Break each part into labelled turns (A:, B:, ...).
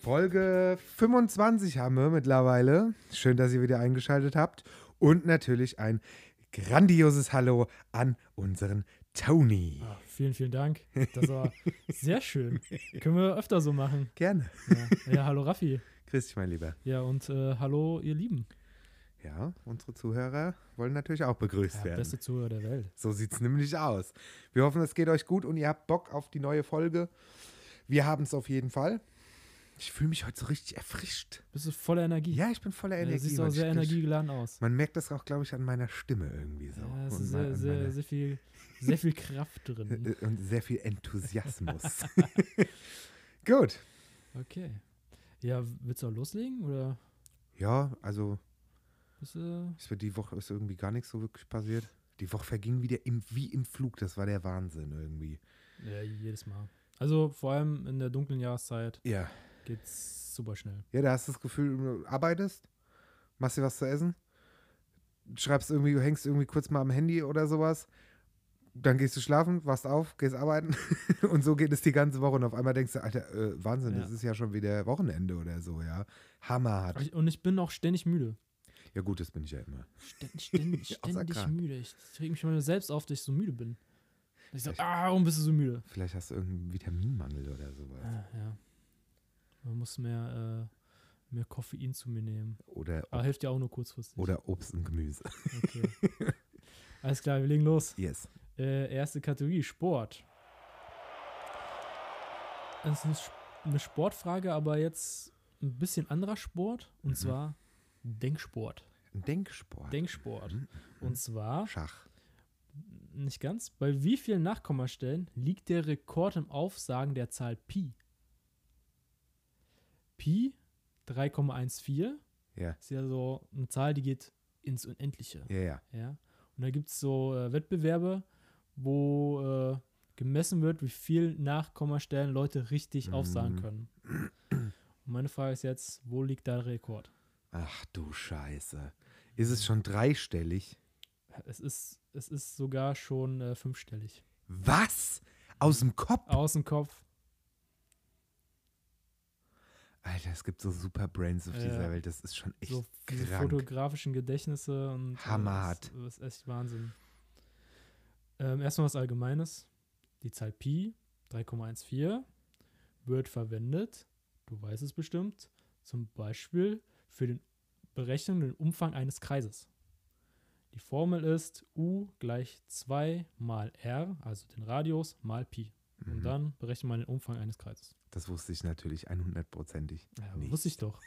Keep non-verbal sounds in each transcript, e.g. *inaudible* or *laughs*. A: Folge 25 haben wir mittlerweile. Schön, dass ihr wieder eingeschaltet habt. Und natürlich ein grandioses Hallo an unseren Tony.
B: Ah, vielen, vielen Dank.
A: *laughs*
B: Das war sehr schön. Können wir öfter so machen.
A: Gerne.
B: Ja, ja hallo Raffi.
A: Grüß dich, mein Lieber.
B: Ja, und äh, hallo ihr Lieben.
A: Ja, unsere Zuhörer wollen natürlich auch begrüßt
B: Ja,
A: werden.
B: beste Zuhörer der Welt.
A: So sieht's nämlich aus. Wir hoffen, es geht euch gut und ihr habt Bock auf die neue Folge. Wir haben es auf jeden Fall. Ich fühle mich heute so richtig erfrischt.
B: Bist du voller Energie.
A: Ja, ich bin voller
B: Ja,
A: Energie.
B: du siehst auch
A: Mann.
B: sehr
A: Ich- ich-
B: energiegeladen aus.
A: Man merkt das auch, glaube ich, an meiner Stimme irgendwie so.
B: Ja, es
A: und,
B: ist
A: mein-
B: sehr,
A: an
B: sehr,
A: meiner-
B: sehr, viel, sehr viel Kraft
A: *laughs*
B: drin.
A: und sehr viel *laughs* Enthusiasmus. Gut.
B: Okay. Ja, willst du auch loslegen oder
A: Ja, also
B: bist du...
A: es wird die Woche ist irgendwie gar nichts so wirklich passiert. Die Woche verging wieder im, wie im Flug. Das war der Wahnsinn irgendwie.
B: Ja, jedes Mal. Also vor allem in der dunklen Jahreszeit
A: Ja.
B: geht's super schnell.
A: Ja, da hast du das Gefühl, du arbeitest, machst dir was zu essen, schreibst irgendwie, hängst irgendwie kurz mal am Handy oder sowas. Dann gehst du schlafen, wachst auf, gehst arbeiten *laughs* und so geht es die ganze Woche. Und auf einmal denkst du, Alter, äh, Wahnsinn,
B: Ja.
A: das ist ja schon wieder Wochenende oder so, ja. Hammer hat.
B: Und ich bin auch ständig müde.
A: Ja, gut, das bin ich ja immer. *laughs*
B: ständig, ständig,
A: Außer
B: ständig
A: krank.
B: müde. Ich reg mich immer selbst auf, dass ich so müde bin. Und Ich sag, ah, warum bist du so müde?
A: Vielleicht hast du irgendeinen Vitaminmangel oder sowas.
B: Ah, ja. Man muss mehr, äh, mehr Koffein zu mir nehmen.
A: Oder,
B: Aber hilft ja auch nur kurzfristig.
A: oder Obst und Gemüse.
B: Okay.
A: *laughs*
B: Alles klar, wir legen los.
A: Yes.
B: Äh, erste Kategorie, Sport. Das ist eine Sp- eine Sportfrage, aber jetzt ein bisschen anderer Sport.
A: Mhm.
B: Und zwar Denksport.
A: Ein Denksport.
B: Denksport.
A: Mhm.
B: Und zwar
A: Schach.
B: Nicht ganz. Bei wie vielen Nachkommastellen liegt der Rekord im Aufsagen der Zahl Pi? Pi 3,14
A: Ja.
B: ist ja so eine Zahl, die geht ins Unendliche.
A: Ja, ja.
B: Ja. Und da gibt es so äh, Wettbewerbe, wo äh, gemessen wird, wie viel Nachkommastellen Leute richtig aufsagen können. Und meine Frage ist jetzt, wo liegt da der Rekord?
A: Ach du Scheiße. Ist es schon dreistellig?
B: Es ist, es ist sogar schon äh, fünfstellig.
A: Was? Aus dem Kopf?
B: Aus dem Kopf
A: Alter, es gibt so super Brains auf
B: Ja.
A: dieser Welt. Das ist schon echt
B: so diese
A: krank.
B: fotografischen Gedächtnisse und äh,
A: Hammerhart.
B: Das, das ist echt Wahnsinn. Ähm, erstmal was Allgemeines. Die Zahl Pi 3,14 wird verwendet, du weißt es bestimmt, zum Beispiel für den Berechnung den Umfang eines Kreises. Die Formel ist U gleich 2 mal R, also den Radius, mal Pi. Und dann berechnet man den Umfang eines Kreises.
A: Mhm. Das wusste ich natürlich 100%ig.
B: Ja,
A: Nicht.
B: wusste ich doch.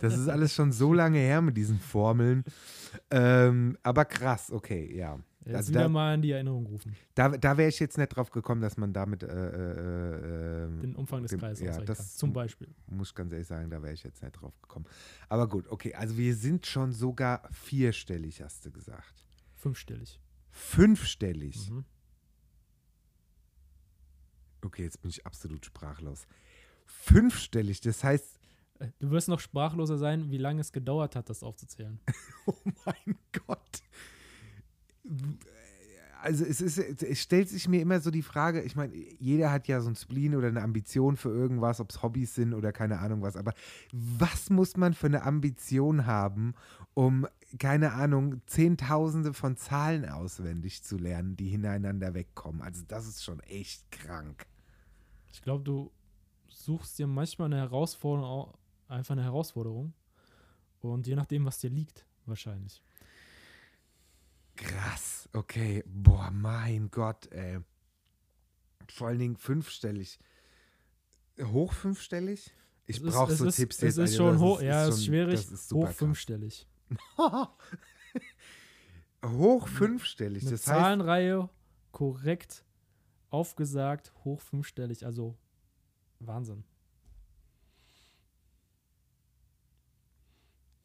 A: Das ist alles schon so lange her mit diesen Formeln. Ähm, aber krass, okay, ja.
B: Jetzt
A: Also
B: wieder
A: da-
B: mal in die Erinnerung rufen.
A: Da, da wäre ich jetzt nicht drauf gekommen, dass man damit, äh, äh, äh,
B: den Umfang des
A: Dem-
B: Kreises
A: ja,
B: ausrechnen
A: das-
B: kann. Zum Beispiel.
A: muss ich ganz ehrlich sagen, da wäre ich jetzt nicht drauf gekommen. Aber gut, okay, also wir sind schon sogar vierstellig, hast du gesagt.
B: Fünfstellig.
A: Fünfstellig.
B: Mhm.
A: Okay, jetzt bin ich absolut sprachlos. Fünfstellig, das heißt,
B: Äh, Du wirst noch sprachloser sein, wie lange es gedauert hat,
A: *laughs*
B: das aufzuzählen.
A: oh mein Gott. Also es ist, es stellt sich mir immer so die Frage, ich meine, jeder hat ja so ein Spleen oder eine Ambition für irgendwas, ob es Hobbys sind oder keine Ahnung was, aber was muss man für eine Ambition haben, um, keine Ahnung, Zehntausende von Zahlen auswendig zu lernen, die hintereinander wegkommen? Also das ist schon echt krank.
B: Ich glaube, du suchst dir manchmal eine Herausforderung, au- einfach eine Herausforderung. Und je nachdem, was dir liegt, wahrscheinlich.
A: Krass, okay. Boah, mein Gott, ey. Vor allen Dingen fünfstellig. Hoch fünfstellig? Ich
B: Es ist-
A: brauche
B: es
A: so
B: ist,
A: Tipps
B: Es
A: jetzt.
B: ist
A: Alter,
B: schon
A: das
B: hoch, ja, es ist
A: schon-
B: schwierig.
A: das ist super
B: hoch
A: krass.
B: fünfstellig.
A: *laughs* hoch fünfstellig,
B: Eine
A: das heißt,
B: Zahlenreihe korrekt aufgesagt, hoch fünfstellig, also Wahnsinn.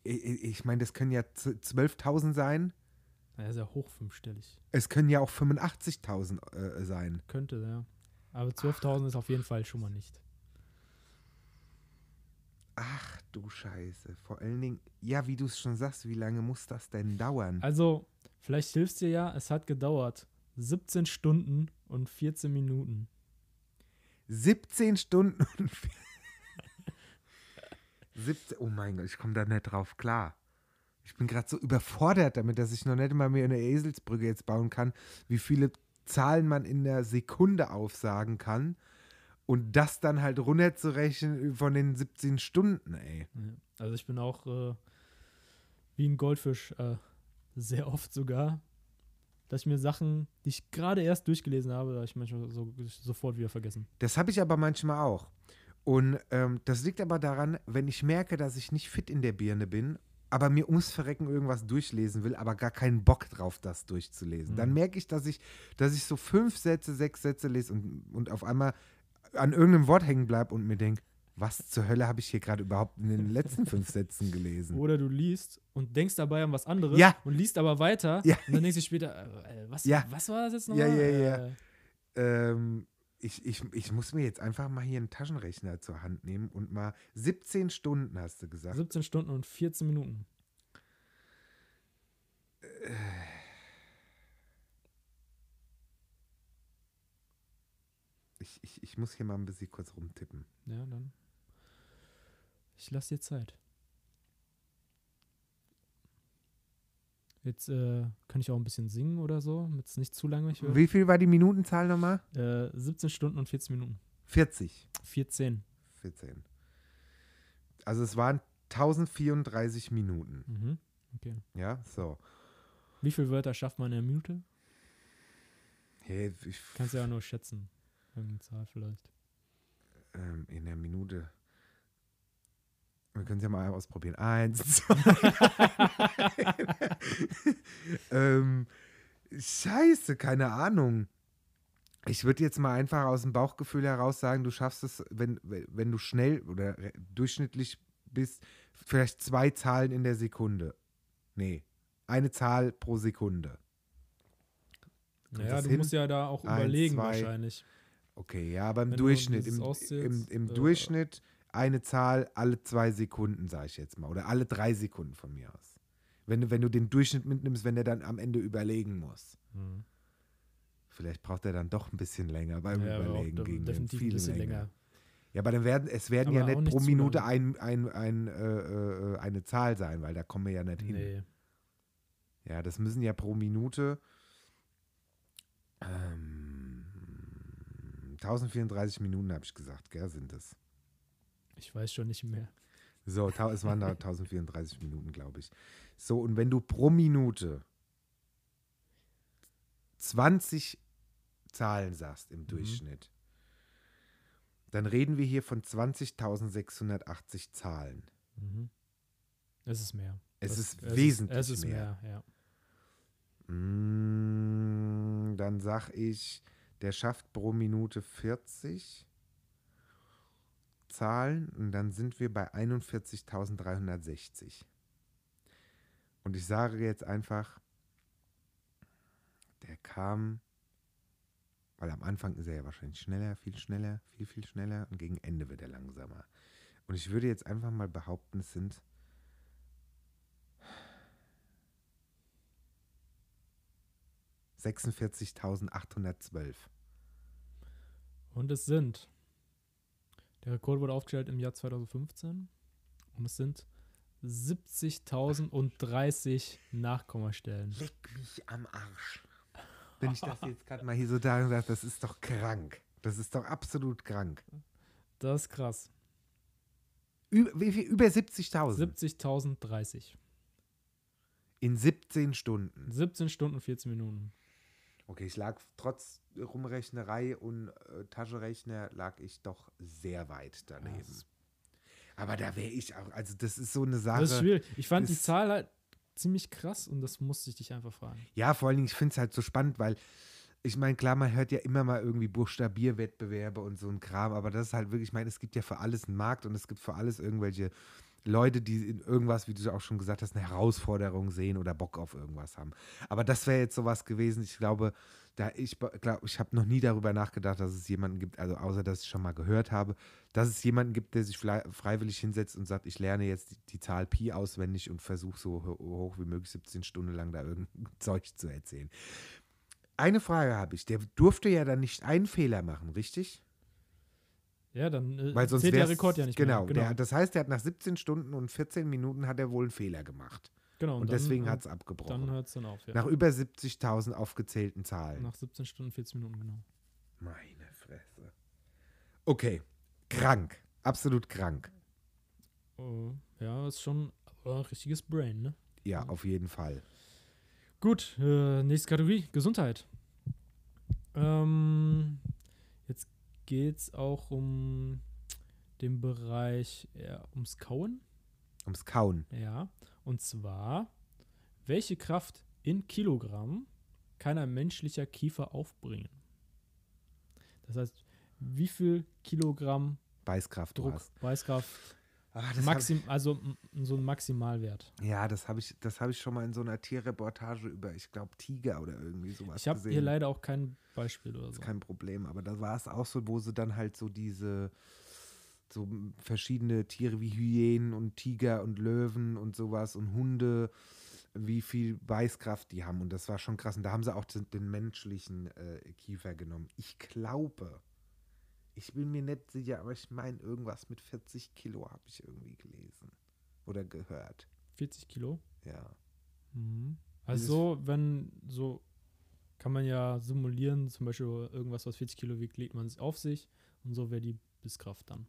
A: Ich, ich meine, das können ja z- 12.000 sein.
B: Er ist ja hoch fünfstellig.
A: Es können ja auch 85.000 äh, sein.
B: Könnte, ja. Aber 12.000 ist auf jeden Fall schon mal nicht.
A: Ach du Scheiße. Vor allen Dingen, ja, wie du es schon sagst, wie lange muss das denn dauern?
B: Also, vielleicht hilfst dir ja, es hat gedauert 17 Stunden und 14 Minuten.
A: 17 Stunden und *laughs* vier- 17, oh mein Gott, ich komme da nicht drauf klar. Ich bin gerade so überfordert damit, dass ich noch nicht mal mir eine Eselsbrücke jetzt bauen kann, wie viele Zahlen man in der Sekunde aufsagen kann und das dann halt runterzurechnen von den 17 Stunden, ey.
B: Ja. Also ich bin auch äh, wie ein Goldfisch, äh, sehr oft sogar, dass ich mir Sachen, die ich gerade erst durchgelesen habe, da ich manchmal so, sofort wieder vergessen.
A: Das habe ich aber manchmal auch. Und ähm, das liegt aber daran, wenn ich merke, dass ich nicht fit in der Birne bin, aber mir ums Verrecken irgendwas durchlesen will, aber gar keinen Bock drauf, das durchzulesen.
B: Mhm.
A: Dann merke ich, dass ich, dass ich so fünf Sätze, sechs Sätze lese und, und auf einmal an irgendeinem Wort hängen bleibe und mir denke, was zur Hölle habe ich hier gerade überhaupt in den letzten fünf Sätzen
B: *laughs*
A: gelesen? *laughs*
B: Oder du liest und denkst dabei an was anderes
A: Hm. Ja.
B: und liest aber weiter
A: Ja.
B: und dann denkst du später, äh, äh, was,
A: Ja.
B: was war das jetzt
A: Ja,
B: nochmal?
A: ja, ja.
B: Äh,
A: Ähm, ich, ich, ich muss mir jetzt einfach mal hier einen Taschenrechner zur Hand nehmen und mal 17 Stunden, hast du gesagt.
B: 17 Stunden und 14 Minuten.
A: Ich, ich, ich muss hier mal ein bisschen kurz rumtippen.
B: Ja, dann. Ich lasse dir Zeit. Jetzt äh, kann ich auch ein bisschen singen oder so, damit es nicht zu langweilig wird.
A: Wie viel war die Minutenzahl nochmal?
B: Äh, 17 Stunden und 14 Minuten.
A: 40.
B: 14.
A: 14. Also es waren 1034 Minuten.
B: Mhm. Okay.
A: Ja, so.
B: Wie viele Wörter schafft man in einer Minute?
A: Hey, ich,
B: Kannst du ja nur schätzen. Irgendeine Zahl vielleicht.
A: ähm, in der Minute. Wir können es ja mal ausprobieren. Eins, *laughs* zwei. ähm, scheiße, keine Ahnung. Ich würde jetzt mal einfach aus dem Bauchgefühl heraus sagen, du schaffst es, wenn, wenn du schnell oder re- durchschnittlich bist, vielleicht zwei Zahlen in der Sekunde. Nee, eine Zahl pro Sekunde. Kommt
B: Naja,
A: das
B: du
A: hin?
B: musst ja da auch
A: Eins,
B: überlegen
A: zwei.
B: wahrscheinlich.
A: Okay, ja, aber im
B: Wenn du
A: Durchschnitt,
B: dieses
A: im, im,
B: auszählst,
A: im
B: äh,
A: Durchschnitt eine Zahl alle zwei Sekunden, sage ich jetzt mal, oder alle drei Sekunden von mir aus. Wenn du, wenn du den Durchschnitt mitnimmst, wenn der dann am Ende überlegen muss. Vielleicht braucht er dann doch ein bisschen länger beim
B: Ja, aber auch
A: Überlegen
B: de-
A: gegen den
B: definitiv ein
A: viel
B: bisschen
A: länger.
B: länger.
A: Ja, aber dann werden, es werden ja
B: Aber auch
A: nicht
B: nicht
A: pro
B: zu
A: Minute ein, ein, ein, äh, äh, eine Zahl sein, weil da kommen wir ja nicht hin.
B: Nee.
A: Ja, das müssen ja pro Minute ähm, 1034 Minuten, habe ich gesagt, gell, sind es.
B: Ich weiß schon nicht mehr.
A: So, tau- es waren da
B: *laughs*
A: 1034 Minuten, glaube ich. So, und wenn du pro Minute 20 Zahlen sagst
B: Mhm.
A: im Durchschnitt, dann reden wir hier von 20.680 Zahlen.
B: Mhm. Es ist mehr.
A: Es
B: Das-
A: ist wesentlich
B: es ist
A: mehr.
B: mehr. Ja.
A: Mm, dann sag ich, der schafft pro Minute 40 Zahlen und dann sind wir bei 41.360. Und ich sage jetzt einfach, der kam, weil am Anfang ist er ja wahrscheinlich schneller, viel schneller, viel, viel schneller und gegen Ende wird er langsamer. Und ich würde jetzt einfach mal behaupten, es sind ...46.812.
B: Und es sind. Der Rekord wurde aufgestellt im Jahr 2015. Und es sind 70.030 Nachkommastellen.
A: Leck mich am Arsch. Wenn ich das jetzt gerade mal hier so da sage, das ist doch krank. Das ist doch absolut krank.
B: Das ist krass.
A: Über, wie viel? Über 70.000
B: 70.030.
A: in 17 Stunden.
B: 17 Stunden, 14 Minuten.
A: Okay, ich lag trotz Rumrechnerei und äh, Taschenrechner lag ich doch sehr weit daneben.
B: das-
A: Aber da wäre ich auch, also das ist so eine
B: Das ist
A: Sache.
B: schwierig. Ich fand die
A: ist-
B: Zahl halt ziemlich krass und das musste ich dich einfach fragen.
A: Ja, vor allen Dingen, ich finde es halt so spannend, weil ich meine, klar, man hört ja immer mal irgendwie Buchstabierwettbewerbe und so ein Kram, aber das ist halt wirklich, ich meine, es gibt ja für alles einen Markt und es gibt für alles irgendwelche Leute, die in irgendwas, wie du auch schon gesagt hast, eine Herausforderung sehen oder Bock auf irgendwas haben. Aber das wäre jetzt sowas gewesen, ich glaube, da ich glaube, ich habe noch nie darüber nachgedacht, dass es jemanden gibt, also außer dass ich schon mal gehört habe, dass es jemanden gibt, der sich frei- freiwillig hinsetzt und sagt, ich lerne jetzt die, die Zahl Pi auswendig und versuche so ho- hoch wie möglich 17 Stunden lang da irgendein *laughs* Zeug zu erzählen. Eine Frage habe ich. Der durfte ja dann nicht einen Fehler machen, richtig?
B: Ja, dann äh,
A: Weil sonst
B: zählt der
A: wär's-
B: Rekord ja nicht
A: genau,
B: mehr.
A: Der, das heißt, der hat nach 17 Stunden und 14 Minuten hat er wohl einen Fehler gemacht.
B: genau
A: Und,
B: dann-
A: deswegen
B: und
A: hat es
B: Dann
A: abgebrochen.
B: hört es dann auf, ja.
A: Nach über 70.000 aufgezählten Zahlen.
B: Nach 17 Stunden, 14 Minuten, genau.
A: Meine Fresse. Okay, krank. Absolut krank.
B: Äh, ja, ist schon äh, ein richtiges Brain, ne?
A: Ja, auf jeden Fall.
B: Gut, äh, nächste Kategorie, Gesundheit. Ähm, jetzt geht's auch um den Bereich ja, ums Kauen.
A: Ums Kauen.
B: Ja, und zwar, welche Kraft in Kilogramm kann ein menschlicher Kiefer aufbringen? Das heißt, wie viel Kilogramm
A: Beißkraft.
B: Druck,
A: war's.
B: Weißkraft,
A: Ah, das hab-
B: maxim, also m- so ein Maximalwert?
A: Ja, das habe ich, das hab ich schon mal in so einer Tierreportage über, ich glaube, Tiger oder irgendwie sowas
B: Ich habe
A: gesehen.
B: hier leider auch kein Beispiel oder so.
A: ist kein Problem, aber da war es auch so, wo sie dann halt so diese so verschiedene Tiere wie Hyänen und Tiger und Löwen und sowas und Hunde, wie viel Beißkraft die haben und das war schon krass und da haben sie auch den, den menschlichen äh, Kiefer genommen. Ich glaube, ich bin mir nicht sicher, aber ich meine irgendwas mit 40 Kilo habe ich irgendwie gelesen oder gehört.
B: 40 Kilo.
A: Ja.
B: Mhm.
A: Dieses-
B: Also so, wenn so kann man ja simulieren, zum Beispiel irgendwas, was 40 Kilo wiegt, legt man es auf sich und so wäre die Bisskraft dann.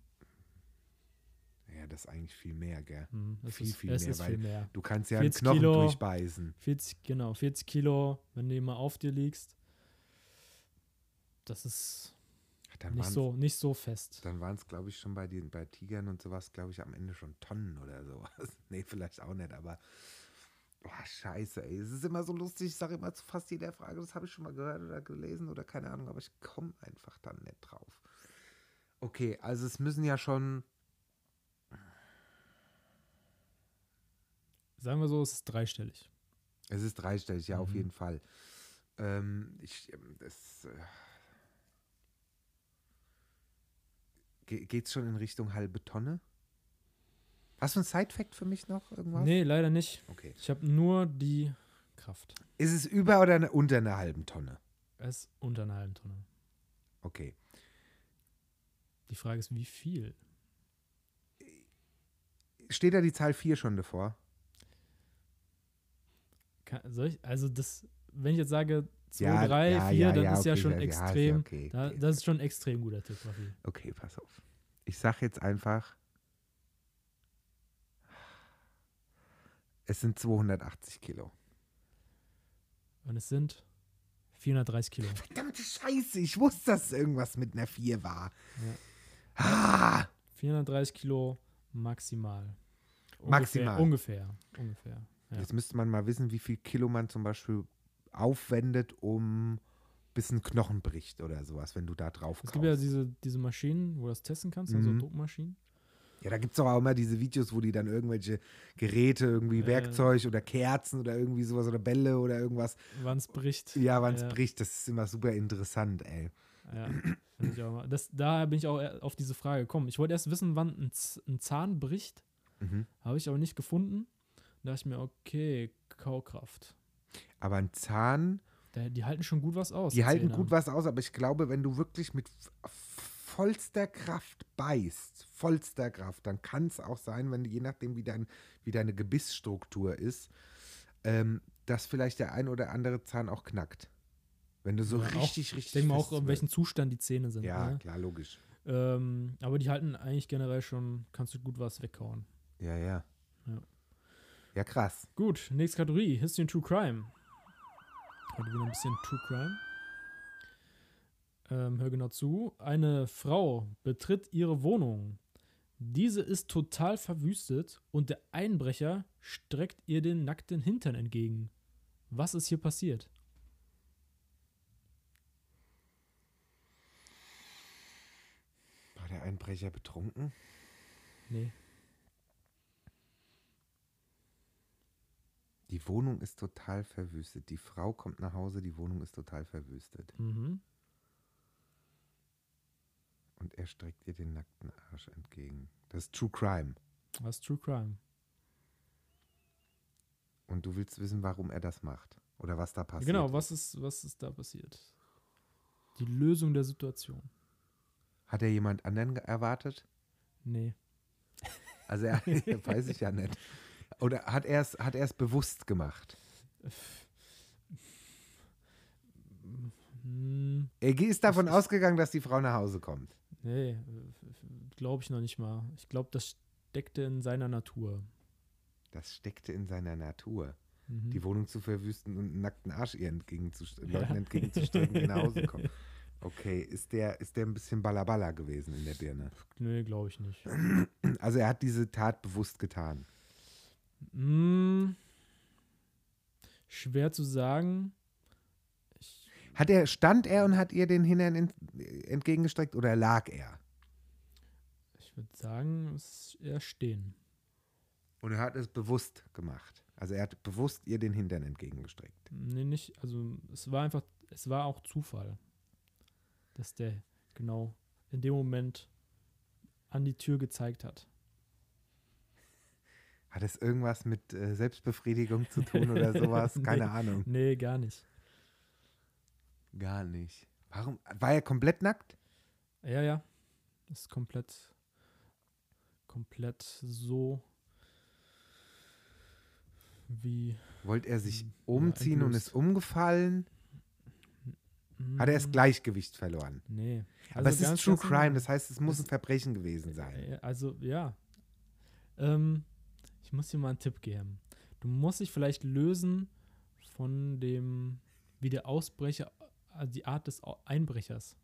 A: Ja, das ist eigentlich viel mehr, gell?
B: Mhm. Es
A: Viel,
B: ist,
A: viel
B: es
A: mehr,
B: ist
A: weil
B: viel mehr.
A: Du kannst ja einen
B: 40
A: Knochen
B: Kilo.
A: durchbeißen.
B: 40, genau, 40 Kilo, wenn du immer auf dir liegst, das ist
A: Dann
B: nicht
A: waren's-
B: so, nicht so fest.
A: Dann waren es, glaube ich, schon bei den bei Tigern und sowas, glaube ich, am Ende schon Tonnen oder sowas. *laughs* nee, vielleicht auch nicht, aber boah, scheiße, ey. Es ist immer so lustig, ich sage immer zu fast jeder Frage, das habe ich schon mal gehört oder gelesen oder keine Ahnung, aber ich komme einfach dann nicht drauf. Okay, also es müssen ja schon
B: Sagen wir so, es ist dreistellig.
A: Es ist dreistellig, ja, auf
B: Mhm.
A: jeden Fall. Ähm, ich, ähm, das, äh, Ge geht's schon in Richtung halbe Tonne? Hast du ein Side-Fact für mich noch irgendwas?
B: Nee, leider nicht.
A: Okay.
B: Ich habe nur die Kraft.
A: Ist es über oder ne- unter einer halben Tonne?
B: Es ist unter einer halben Tonne.
A: Okay.
B: Die Frage ist, wie viel?
A: Steht da die Zahl 4 schon davor?
B: Kann, soll ich, also das, wenn ich jetzt sage 2,
A: Ja,
B: 3,
A: ja,
B: 4,
A: ja,
B: dann
A: ja,
B: ist ja
A: okay,
B: schon
A: ja, ja, ist ja
B: extrem.
A: okay,
B: da,
A: okay.
B: Das ist schon ein extrem guter Tipp, Raffi.
A: Okay, pass auf. Ich sag jetzt einfach, es sind 280 Kilo.
B: Und es sind 430 Kilo.
A: Verdammte Scheiße, ich wusste, dass irgendwas mit einer 4 war. Ah,
B: 430 Kilo maximal. Ungefähr,
A: Maximal.
B: Ungefähr. Ungefähr. Ja.
A: Jetzt müsste man mal wissen, wie viel Kilo man zum Beispiel aufwendet, um bis ein Knochen bricht oder sowas, wenn du da drauf
B: Es
A: kaufst.
B: gibt ja diese, diese Maschinen, wo du das testen kannst, also
A: Mhm.
B: Druckmaschinen.
A: Ja, da gibt es auch immer diese Videos, wo die dann irgendwelche Geräte, irgendwie
B: Äh.
A: Werkzeug oder Kerzen oder irgendwie sowas oder Bälle oder irgendwas.
B: Wann es bricht.
A: Ja, wann es
B: Ja.
A: bricht, das ist immer super interessant, ey.
B: Ja, find ich auch mal. das, daher bin ich auch auf diese Frage gekommen. Ich wollte erst wissen, wann ein, Z ein Zahn bricht.
A: Mhm.
B: Habe ich aber nicht gefunden. Da dachte ich mir, okay, Kaukraft.
A: Aber ein Zahn,
B: Da, die halten schon gut was aus.
A: die halten
B: Zähne.
A: gut was aus, aber ich glaube, wenn du wirklich mit f- vollster Kraft beißt, vollster Kraft, dann kann es auch sein, wenn du, je nachdem, wie, dein, wie deine Gebissstruktur ist, ähm, dass vielleicht der ein oder andere Zahn auch knackt. Wenn du so
B: Ja, auch-
A: richtig, richtig.
B: Ich denke mal auch, um
A: fest
B: in welchem Zustand die Zähne
A: wirst.
B: sind.
A: Ja,
B: ne?
A: klar, logisch.
B: ähm, aber die halten eigentlich generell schon, kannst du gut was weghauen.
A: Ja, ja.
B: Ja.
A: Ja, krass.
B: Gut, nächste Kategorie, History and True Crime. Heute wieder ein bisschen True Crime. Ähm, hör genau zu. Eine Frau betritt ihre Wohnung. Diese ist total verwüstet und der Einbrecher streckt ihr den nackten Hintern entgegen. Was ist hier passiert?
A: Einbrecher betrunken?
B: Nee.
A: Die Wohnung ist total verwüstet. Die Frau kommt nach Hause, die Wohnung ist total verwüstet.
B: Mhm.
A: Und er streckt ihr den nackten Arsch entgegen. Das ist True Crime.
B: Das ist True Crime.
A: Und du willst wissen, warum er das macht. Oder was da passiert.
B: Genau, was ist, was ist da passiert? Die Lösung der Situation.
A: Hat er jemand anderen ge- erwartet?
B: Nee.
A: Also
B: *laughs*
A: er *laughs* weiß ich ja nicht. Oder hat er es hat er's bewusst gemacht?
B: Hm,
A: Er ge- ist davon
B: ist-
A: ausgegangen, dass die Frau nach Hause kommt.
B: nee, glaube ich noch nicht mal. Ich glaube, das steckte in seiner Natur.
A: Das steckte in seiner Natur.
B: Mhm.
A: Die Wohnung zu verwüsten und einen nackten Arsch ihr entgegenzustrecken,
B: Ja.
A: Leuten entgegenzustrecken, die nach Hause
B: *laughs*
A: kommen. Okay, ist der, ist der ein bisschen ballaballa gewesen in der Birne?
B: nee, glaube ich nicht.
A: Also er hat diese Tat bewusst getan.
B: Hm, schwer zu sagen. Ich,
A: Hat er, stand er und hat ihr den Hintern ent- entgegengestreckt oder lag er?
B: ich würde sagen, es ist eher stehen.
A: Und er hat es bewusst gemacht. Also er hat bewusst ihr den Hintern entgegengestreckt.
B: Nee, nicht. Also es war einfach, es war auch Zufall, dass der genau in dem Moment an die Tür gezeigt hat.
A: Hat es irgendwas mit äh, Selbstbefriedigung zu tun
B: *laughs*
A: oder sowas? Keine
B: Nee.
A: Ahnung. *laughs*
B: Nee, gar nicht.
A: Gar nicht. Warum? War er komplett nackt?
B: Ja, ja. Ist komplett, komplett so wie.
A: Wollte er sich
B: Ja,
A: umziehen und
B: eingelöst.
A: ist umgefallen? Hat er das
B: Mm,
A: Gleichgewicht verloren?
B: Nee.
A: Ah, Aber es
B: Also
A: ist
B: ganz,
A: True
B: ganz
A: Crime,
B: normal.
A: das heißt, es muss
B: Das-
A: ein Verbrechen gewesen sein.
B: Ja, Also, ja. Ähm, ich muss dir mal einen Tipp geben. Du musst dich vielleicht lösen von dem, wie der Ausbrecher, also die Art des Au- Einbrechers.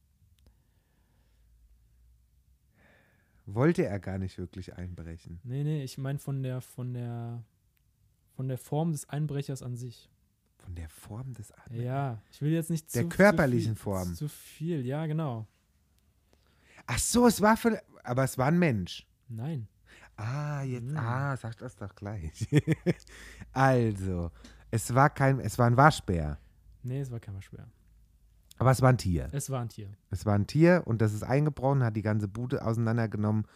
A: Wollte er gar nicht wirklich einbrechen.
B: Nee, nee, ich meine von der, von der, von der Form des Einbrechers an sich.
A: Von der Form des Einbrechers.
B: Ja, ich will jetzt nicht
A: Der
B: zu
A: körperlichen
B: zu viel,
A: Form.
B: Zu viel, ja, genau.
A: Ach so, es war für. Aber es war ein Mensch.
B: Nein.
A: Ah, jetzt.
B: Mm.
A: Ah, sag das doch gleich. *laughs* also, es war kein. Es war ein Waschbär.
B: Nee, es war kein schwer.
A: Aber es war ein Tier.
B: Es war ein Tier.
A: Es war ein Tier und das ist eingebrochen, hat die ganze Bude auseinandergenommen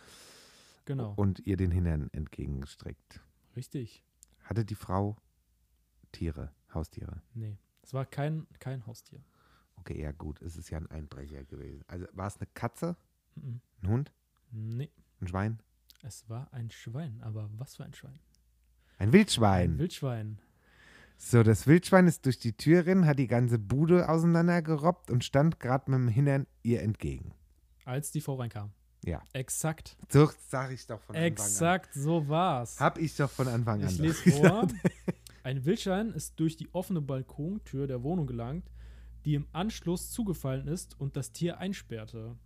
B: Genau.
A: und ihr den Hintern entgegengestreckt.
B: Richtig.
A: Hatte die Frau Tiere, Haustiere?
B: Nee. Es war kein, kein Haustier.
A: Okay, ja, gut. Es ist ja ein Einbrecher gewesen. Also, war es eine Katze?
B: Mhm.
A: Ein Hund?
B: Nee.
A: Ein Schwein?
B: Es war ein Schwein, aber was für ein Schwein?
A: Ein Wildschwein.
B: Ein Wildschwein.
A: So, das Wildschwein ist durch die Tür rein, hat die ganze Bude auseinandergerobbt und stand gerade mit dem Hintern ihr entgegen.
B: Als die Frau reinkam.
A: Ja.
B: Exakt.
A: So sag ich doch von Anfang an.
B: Exakt so war's.
A: Hab ich doch von Anfang an.
B: ich
A: so
B: *laughs* lese
A: gesagt.
B: vor. Ein Wildschwein ist durch die offene Balkontür der Wohnung gelangt, die im Anschluss zugefallen ist und das Tier einsperrte.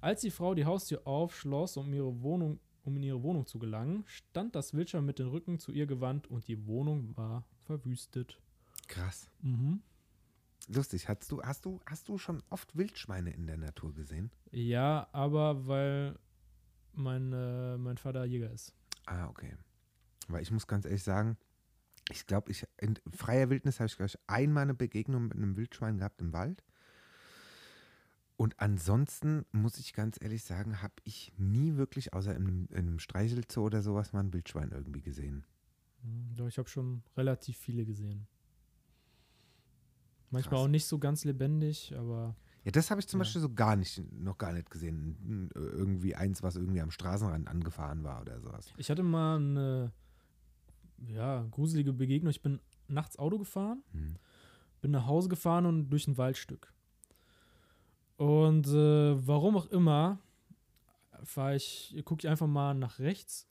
B: Als die Frau die Haustür aufschloss, um, ihre Wohnung, um in ihre Wohnung zu gelangen, stand das Wildschwein mit dem Rücken zu ihr gewandt und die Wohnung war verwüstet.
A: *laughs* Krass.
B: Mhm.
A: Lustig, hast du, hast du, hast du schon oft Wildschweine in der Natur gesehen?
B: Ja, aber weil mein, äh, mein Vater Jäger ist.
A: Ah, okay. Aber ich muss ganz ehrlich sagen, ich glaube, ich in freier Wildnis habe ich gleich einmal eine Begegnung mit einem Wildschwein gehabt im Wald. Und ansonsten muss ich ganz ehrlich sagen, habe ich nie wirklich, außer in, einem- in einem Streichelzoo oder sowas, mal ein Wildschwein irgendwie gesehen.
B: Mhm, Doch, ich habe schon relativ viele gesehen. Manchmal
A: Krass.
B: auch nicht so ganz lebendig, aber
A: Ja, das habe ich zum
B: Ja.
A: Beispiel so gar nicht, noch gar nicht gesehen. Irgendwie eins, was irgendwie am Straßenrand angefahren war oder sowas.
B: ich hatte mal eine ja, gruselige Begegnung. Ich bin nachts Auto gefahren,
A: Hm.
B: bin nach Hause gefahren und durch ein Waldstück. Und äh, warum auch immer, fahr ich, gucke ich einfach mal nach rechts.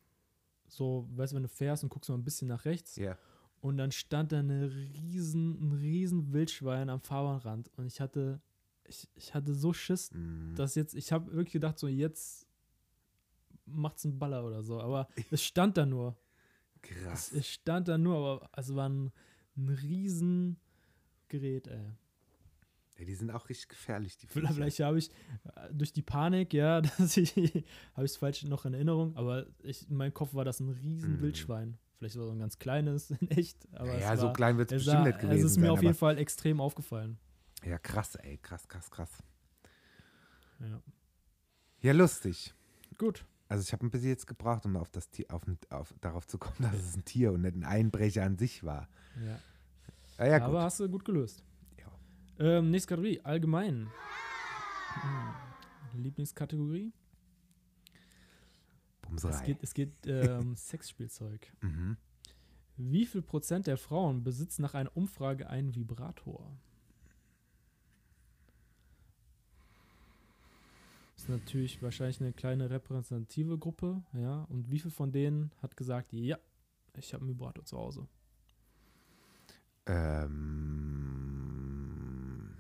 B: So, weißt du, wenn du fährst und guckst mal ein bisschen nach rechts.
A: Ja.
B: Und dann stand da eine riesen, ein riesen Wildschwein am Fahrbahnrand. Und ich hatte, ich, ich hatte so Schiss,
A: Hm.
B: dass jetzt, ich habe wirklich gedacht, so jetzt macht's einen Baller oder so. Aber es stand da nur. Es,
A: Krass.
B: es stand da nur, aber es war ein, ein riesen Gerät, ey.
A: Ja, die sind auch richtig gefährlich, die Viecher.
B: Vielleicht habe ich äh, durch die Panik, ja, *laughs* dass ich habe ich es falsch noch in Erinnerung, aber ich, in meinem Kopf war das ein riesen
A: Mm.
B: Wildschwein. Vielleicht war so ein ganz kleines *laughs* in echt, aber
A: Naja,
B: es
A: so
B: war,
A: klein wird es
B: es,
A: bestimmt
B: sah, also
A: nicht gewesen
B: es ist mir
A: sein.
B: auf jeden Fall extrem aufgefallen.
A: aber, ja, krass, ey. Krass, krass, krass.
B: Ja.
A: Ja, lustig.
B: Gut.
A: Also ich habe ein bisschen jetzt gebraucht, um auf das Tier, auf, ein- auf, darauf zu kommen, *laughs* dass es ein Tier und nicht ein Einbrecher an sich war.
B: Ja.
A: Ah, ja,
B: aber
A: gut.
B: hast du gut gelöst.
A: Ja.
B: Ähm, nächste Kategorie, allgemein. Hm. Lieblingskategorie? Es
A: Bumserei.
B: geht, es geht äh, um *laughs* Sexspielzeug.
A: Mhm.
B: Wie viel Prozent der Frauen besitzen nach einer Umfrage einen Vibrator? Ist natürlich wahrscheinlich eine kleine repräsentative Gruppe, ja. Und wie viel von denen hat gesagt, ja, ich habe einen Vibrator zu Hause?
A: Ähm,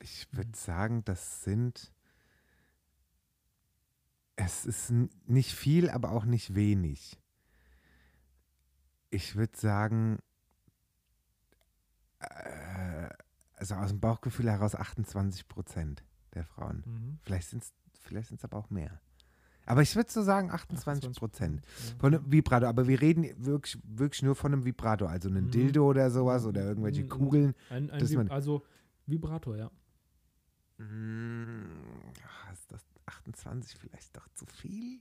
A: ich würde sagen, das sind. Es ist n- nicht viel, aber auch nicht wenig. Ich würde sagen, äh, also aus dem Bauchgefühl heraus 28 Prozent der Frauen. Vielleicht sind es vielleicht sind's aber auch mehr. Aber ich würde so sagen 28 Prozent. Von einem Vibrator, aber wir reden wirklich, wirklich nur von einem Vibrator, also einem
B: Mhm.
A: Dildo oder sowas oder irgendwelche
B: Mhm.
A: Kugeln.
B: Ein, ein
A: Das ist
B: Vib
A: meine-
B: also Vibrator, ja.
A: Mm, ah, Ist das 28 vielleicht doch zu viel?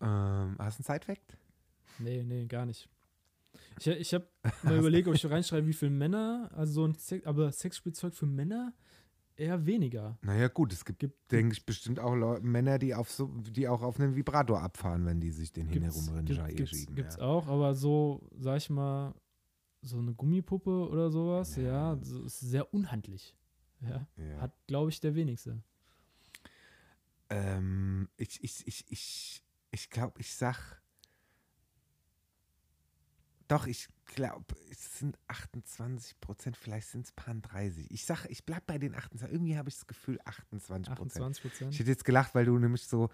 A: Ähm, hast du einen Sidefact?
B: Nee, nee, gar nicht. Ich, äh, ich
A: *laughs*
B: habe mal überlegt, ob ich reinschreibe, wie viele Männer, also so ein Sex, aber Sexspielzeug für Männer eher weniger.
A: Naja, gut, es gibt,
B: Gibt,
A: denke ich, bestimmt auch Leu Männer, die, auf so, die auch auf einen Vibrator abfahren, wenn die sich den hin
B: gibt's,
A: herum
B: gibt, gibt's,
A: schieben.
B: gibt's
A: ja.
B: auch, aber so, sag ich mal, so eine Gummipuppe oder sowas, ja,
A: Ja.
B: so, ist sehr unhandlich. Ja,
A: Ja.
B: hat, glaube ich, der wenigste.
A: Ähm, ich ich, ich, ich, ich glaube, ich sag. Doch, ich glaube, es sind 28 Prozent, vielleicht sind es paar 30. Ich sag, ich bleib bei den 28. Irgendwie habe ich das Gefühl, 28 Prozent.
B: 28
A: Ich
B: Prozent.
A: hätte jetzt gelacht, weil du nämlich so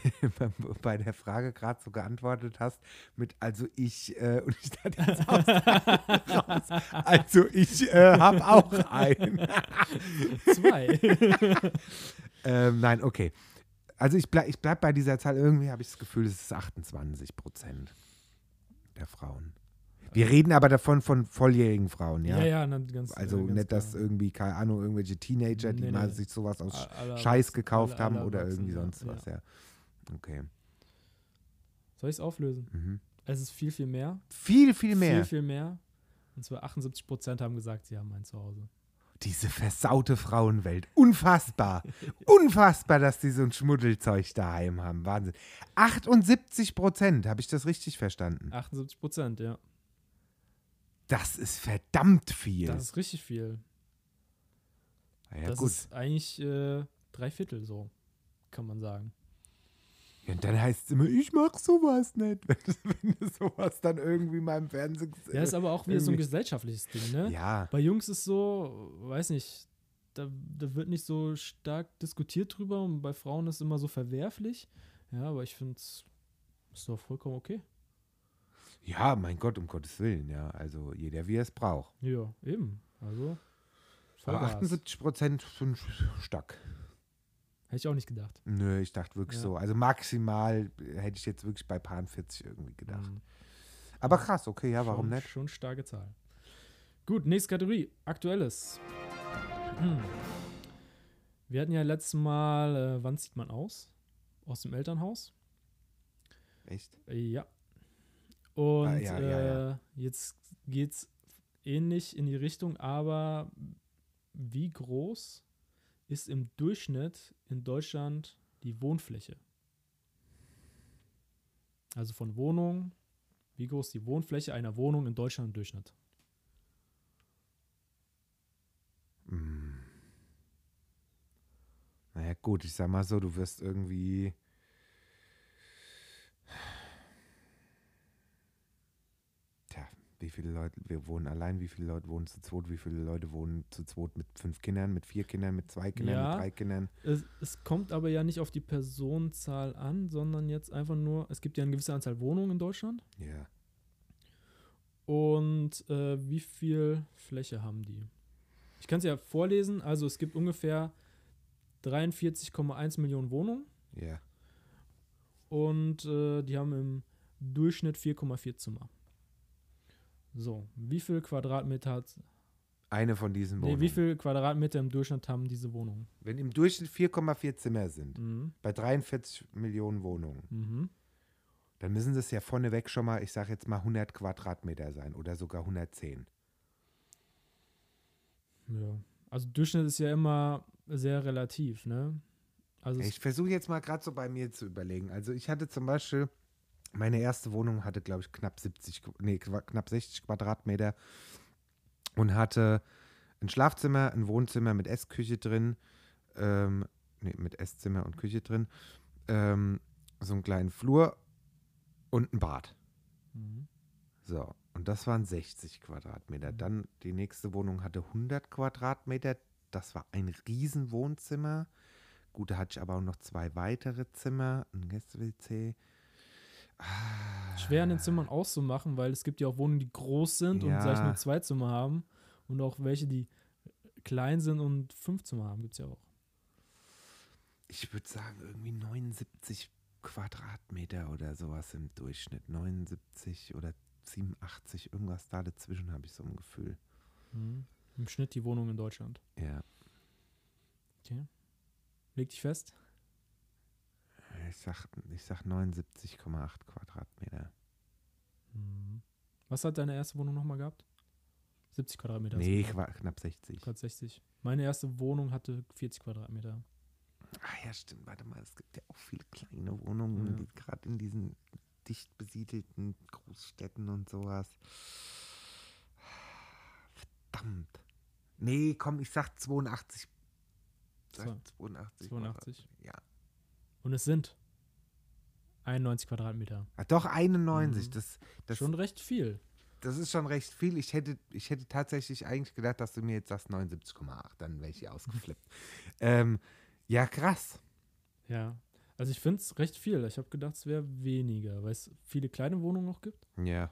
A: *laughs* bei der Frage gerade so geantwortet hast mit also ich äh, und ich dachte jetzt aus raus. Also ich äh, habe auch einen.
B: *laughs*
A: *laughs*
B: Zwei.
A: Ähm, nein, okay. Also ich bleib, ich bleib bei dieser Zahl. Irgendwie habe ich das Gefühl, es ist 28 Prozent der Frauen. Wir reden aber davon von volljährigen Frauen, ja?
B: ja, ja, na, ganz
A: also
B: äh, ganz
A: nicht, dass
B: klar.
A: irgendwie, keine Ahnung, irgendwelche Teenager, die
B: Nee,
A: mal
B: nee.
A: sich sowas aus
B: A- aller
A: Scheiß
B: Erwachsen-
A: gekauft
B: alle-
A: haben
B: alle
A: oder irgendwie
B: Erwachsenen,
A: sonst
B: ja,
A: was, ja. Okay.
B: Soll ich es auflösen?
A: Mhm.
B: Es ist viel, viel mehr.
A: Viel, viel mehr.
B: Viel, viel mehr. Und zwar 78 Prozent haben gesagt, sie haben ein Zuhause.
A: Diese versaute Frauenwelt.
B: *laughs*
A: Unfassbar. Unfassbar, dass die so ein Schmuddelzeug daheim haben. Wahnsinn. 78 Prozent, habe ich das richtig verstanden?
B: 78 Prozent, ja.
A: Das ist verdammt viel.
B: Das ist richtig viel.
A: ja,
B: das
A: gut.
B: ist eigentlich äh, drei Viertel so, kann man sagen.
A: Ja, und dann heißt es immer, ich mach sowas nicht, *laughs* wenn, wenn du sowas dann irgendwie mal im Fernsehen gesehen
B: Ja, ist aber auch wieder so
A: Äh,
B: ein
A: irgendwie-
B: gesellschaftliches Ding, ne?
A: Ja,
B: Bei Jungs ist so, weiß nicht, da, da wird nicht so stark diskutiert drüber und bei Frauen ist immer so verwerflich. Ja, aber ich finde es ist doch vollkommen okay.
A: ja, mein Gott, um Gottes Willen, ja. Also jeder, wie er es braucht.
B: Ja, eben. Also,
A: Aber
B: Vollgas.
A: 78 Prozent sind stark.
B: Hätte ich auch nicht gedacht.
A: Nö, ich dachte wirklich
B: Ja.
A: so. Also maximal äh, hätte ich jetzt wirklich bei Paar 40 irgendwie gedacht.
B: Mhm.
A: Aber krass, okay, ja, warum
B: schon,
A: nicht?
B: Schon starke Zahl. Gut, nächste Kategorie. Aktuelles. Hm. Wir hatten ja letztes Mal, äh, wann zieht man aus? Aus dem Elternhaus?
A: Echt?
B: Äh, Ja. Und
A: Ah, ja, ja, ja.
B: Äh, jetzt geht's ähnlich in die Richtung, aber wie groß ist im Durchschnitt in Deutschland die Wohnfläche? Also von Wohnungen. Wie groß die Wohnfläche einer Wohnung in Deutschland im Durchschnitt?
A: Hm. Naja, gut, ich sag mal so, du wirst irgendwie. Tja, wie, viele Leute, wir wohnen allein, wie viele Leute wohnen zu zweit, wie viele Leute wohnen zu zweit mit fünf Kindern, mit vier Kindern, mit zwei Kindern,
B: Ja.
A: mit drei Kindern.
B: Es, es kommt aber ja nicht auf die Personenzahl an, sondern jetzt einfach nur, es gibt ja eine gewisse Anzahl Wohnungen in Deutschland.
A: Ja.
B: Und äh, wie viel Fläche haben die? Ich kann es ja vorlesen. Also es gibt ungefähr 43,1 Millionen Wohnungen
A: Ja.
B: und äh, die haben im Durchschnitt 4,4 Zimmer. So, wie viel Quadratmeter hat,
A: Eine von diesen
B: nee,
A: Wohnungen.
B: wie viel Quadratmeter im Durchschnitt haben diese Wohnungen?
A: Wenn im Durchschnitt 4,4 Zimmer sind,
B: Mhm.
A: bei 43 Millionen Wohnungen,
B: Mhm.
A: dann müssen das ja vorneweg schon mal, ich sag jetzt mal 100 Quadratmeter sein oder sogar 110.
B: Ja. Also Durchschnitt ist ja immer sehr relativ, ne? Also es-
A: Ich versuche jetzt mal gerade so bei mir zu überlegen. Also ich hatte zum Beispiel, meine erste Wohnung hatte, glaube ich, knapp 70, Qu- nee, qua- knapp 60 Quadratmeter und hatte ein Schlafzimmer, ein Wohnzimmer mit Essküche drin, ähm, nee, mit Esszimmer und Küche drin, ähm, so einen kleinen Flur und ein Bad.
B: Mhm.
A: So, und das waren 60 Quadratmeter.
B: Mhm.
A: Dann die nächste Wohnung hatte 100 Quadratmeter. Das war ein Riesenwohnzimmer. Gut, da hatte ich aber auch noch zwei weitere Zimmer, ein Gäste-WC. Ah,
B: schwer in den Zimmern auszumachen, weil es gibt ja auch Wohnungen, die groß sind und vielleicht
A: Ja.
B: nur zwei Zimmer haben und auch welche, die klein sind und fünf Zimmer haben, gibt es ja auch.
A: Ich würde sagen, irgendwie 79 Quadratmeter oder sowas im Durchschnitt. 79 oder 87, irgendwas da dazwischen, habe ich so ein Gefühl.
B: Mhm. Im Schnitt die Wohnung in Deutschland.
A: Ja,
B: Leg dich fest.
A: ich sag, ich sag 79,8 Quadratmeter.
B: Mhm. Was hat deine erste Wohnung nochmal gehabt? 70 Quadratmeter.
A: nee,
B: also
A: qua- knapp 60.
B: Grad 60. Meine erste Wohnung hatte 40 Quadratmeter.
A: Ah ja, stimmt. Warte mal, es gibt ja auch viele kleine Wohnungen,
B: Ja.
A: die gerade in diesen dicht besiedelten Großstädten und sowas. Verdammt. Nee, komm, ich sag 82. Sag
B: Zwei-
A: 82.
B: 82.
A: Ja.
B: Und es sind 91 Quadratmeter.
A: Ah, doch, 91.
B: Mhm.
A: Das, das,
B: Schon recht viel.
A: das ist schon recht viel. Ich hätte, ich hätte tatsächlich eigentlich gedacht, dass du mir jetzt sagst 79,8. Dann wäre ich
B: *laughs*
A: hier ausgeflippt. ähm, ja, krass.
B: Ja. Also ich finde es recht viel. Ich habe gedacht, es wäre weniger, weil es viele kleine Wohnungen noch gibt.
A: Ja.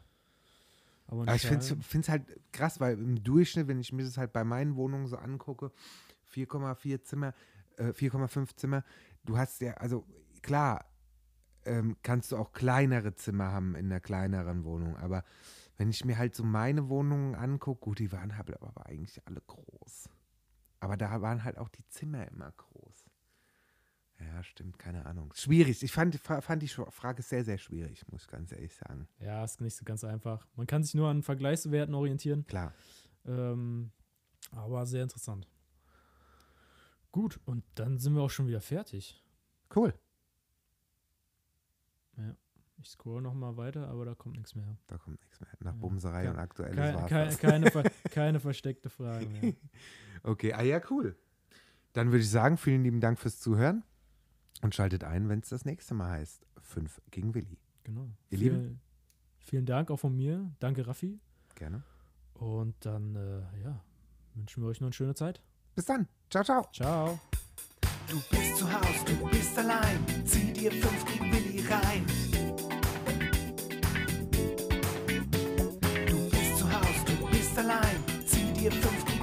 B: Aber
A: Aber Ah, ich
B: anscheinend-
A: finde es halt krass, weil im Durchschnitt, wenn ich mir das halt bei meinen Wohnungen so angucke, 4,4 Zimmer, äh, 4,5 Zimmer, du hast ja, also klar, ähm, kannst du auch kleinere Zimmer haben in einer kleineren Wohnung, aber wenn ich mir halt so meine Wohnungen angucke, gut, die waren halt aber eigentlich alle groß. Aber da waren halt auch die Zimmer immer groß. Ja, stimmt, keine Ahnung. Schwierig. Ich fand, fand die Frage sehr, sehr schwierig, muss ich ganz ehrlich sagen.
B: Ja, ist nicht so ganz einfach. Man kann sich nur an Vergleichswerten orientieren.
A: Klar.
B: Ähm, aber sehr interessant. Gut, und dann sind wir auch schon wieder fertig.
A: Cool.
B: Ich scroll nochmal weiter, aber da kommt nichts mehr.
A: Da kommt nichts mehr. Nach
B: Ja.
A: Bumserei
B: Ke-
A: und aktuelles
B: Keine,
A: war's
B: keine,
A: das.
B: keine, ver *laughs* keine versteckte Frage mehr.
A: *laughs* Okay, ah ja, cool. Dann würde ich sagen, vielen lieben Dank fürs Zuhören und schaltet ein, wenn es das nächste Mal heißt 5 gegen Willi.
B: Genau.
A: Ihr
B: Vielen-
A: Lieben?
B: Vielen Dank auch von mir. Danke, Raffi.
A: Gerne.
B: Und dann, äh, ja, wünschen wir euch noch eine schöne Zeit.
A: Bis dann. Ciao, ciao.
B: Ciao.
C: Du bist zu Haus, du bist allein. Zieh dir fünf gegen Willi rein. Du bist zu Haus, du bist allein. Zieh dir fünf gegen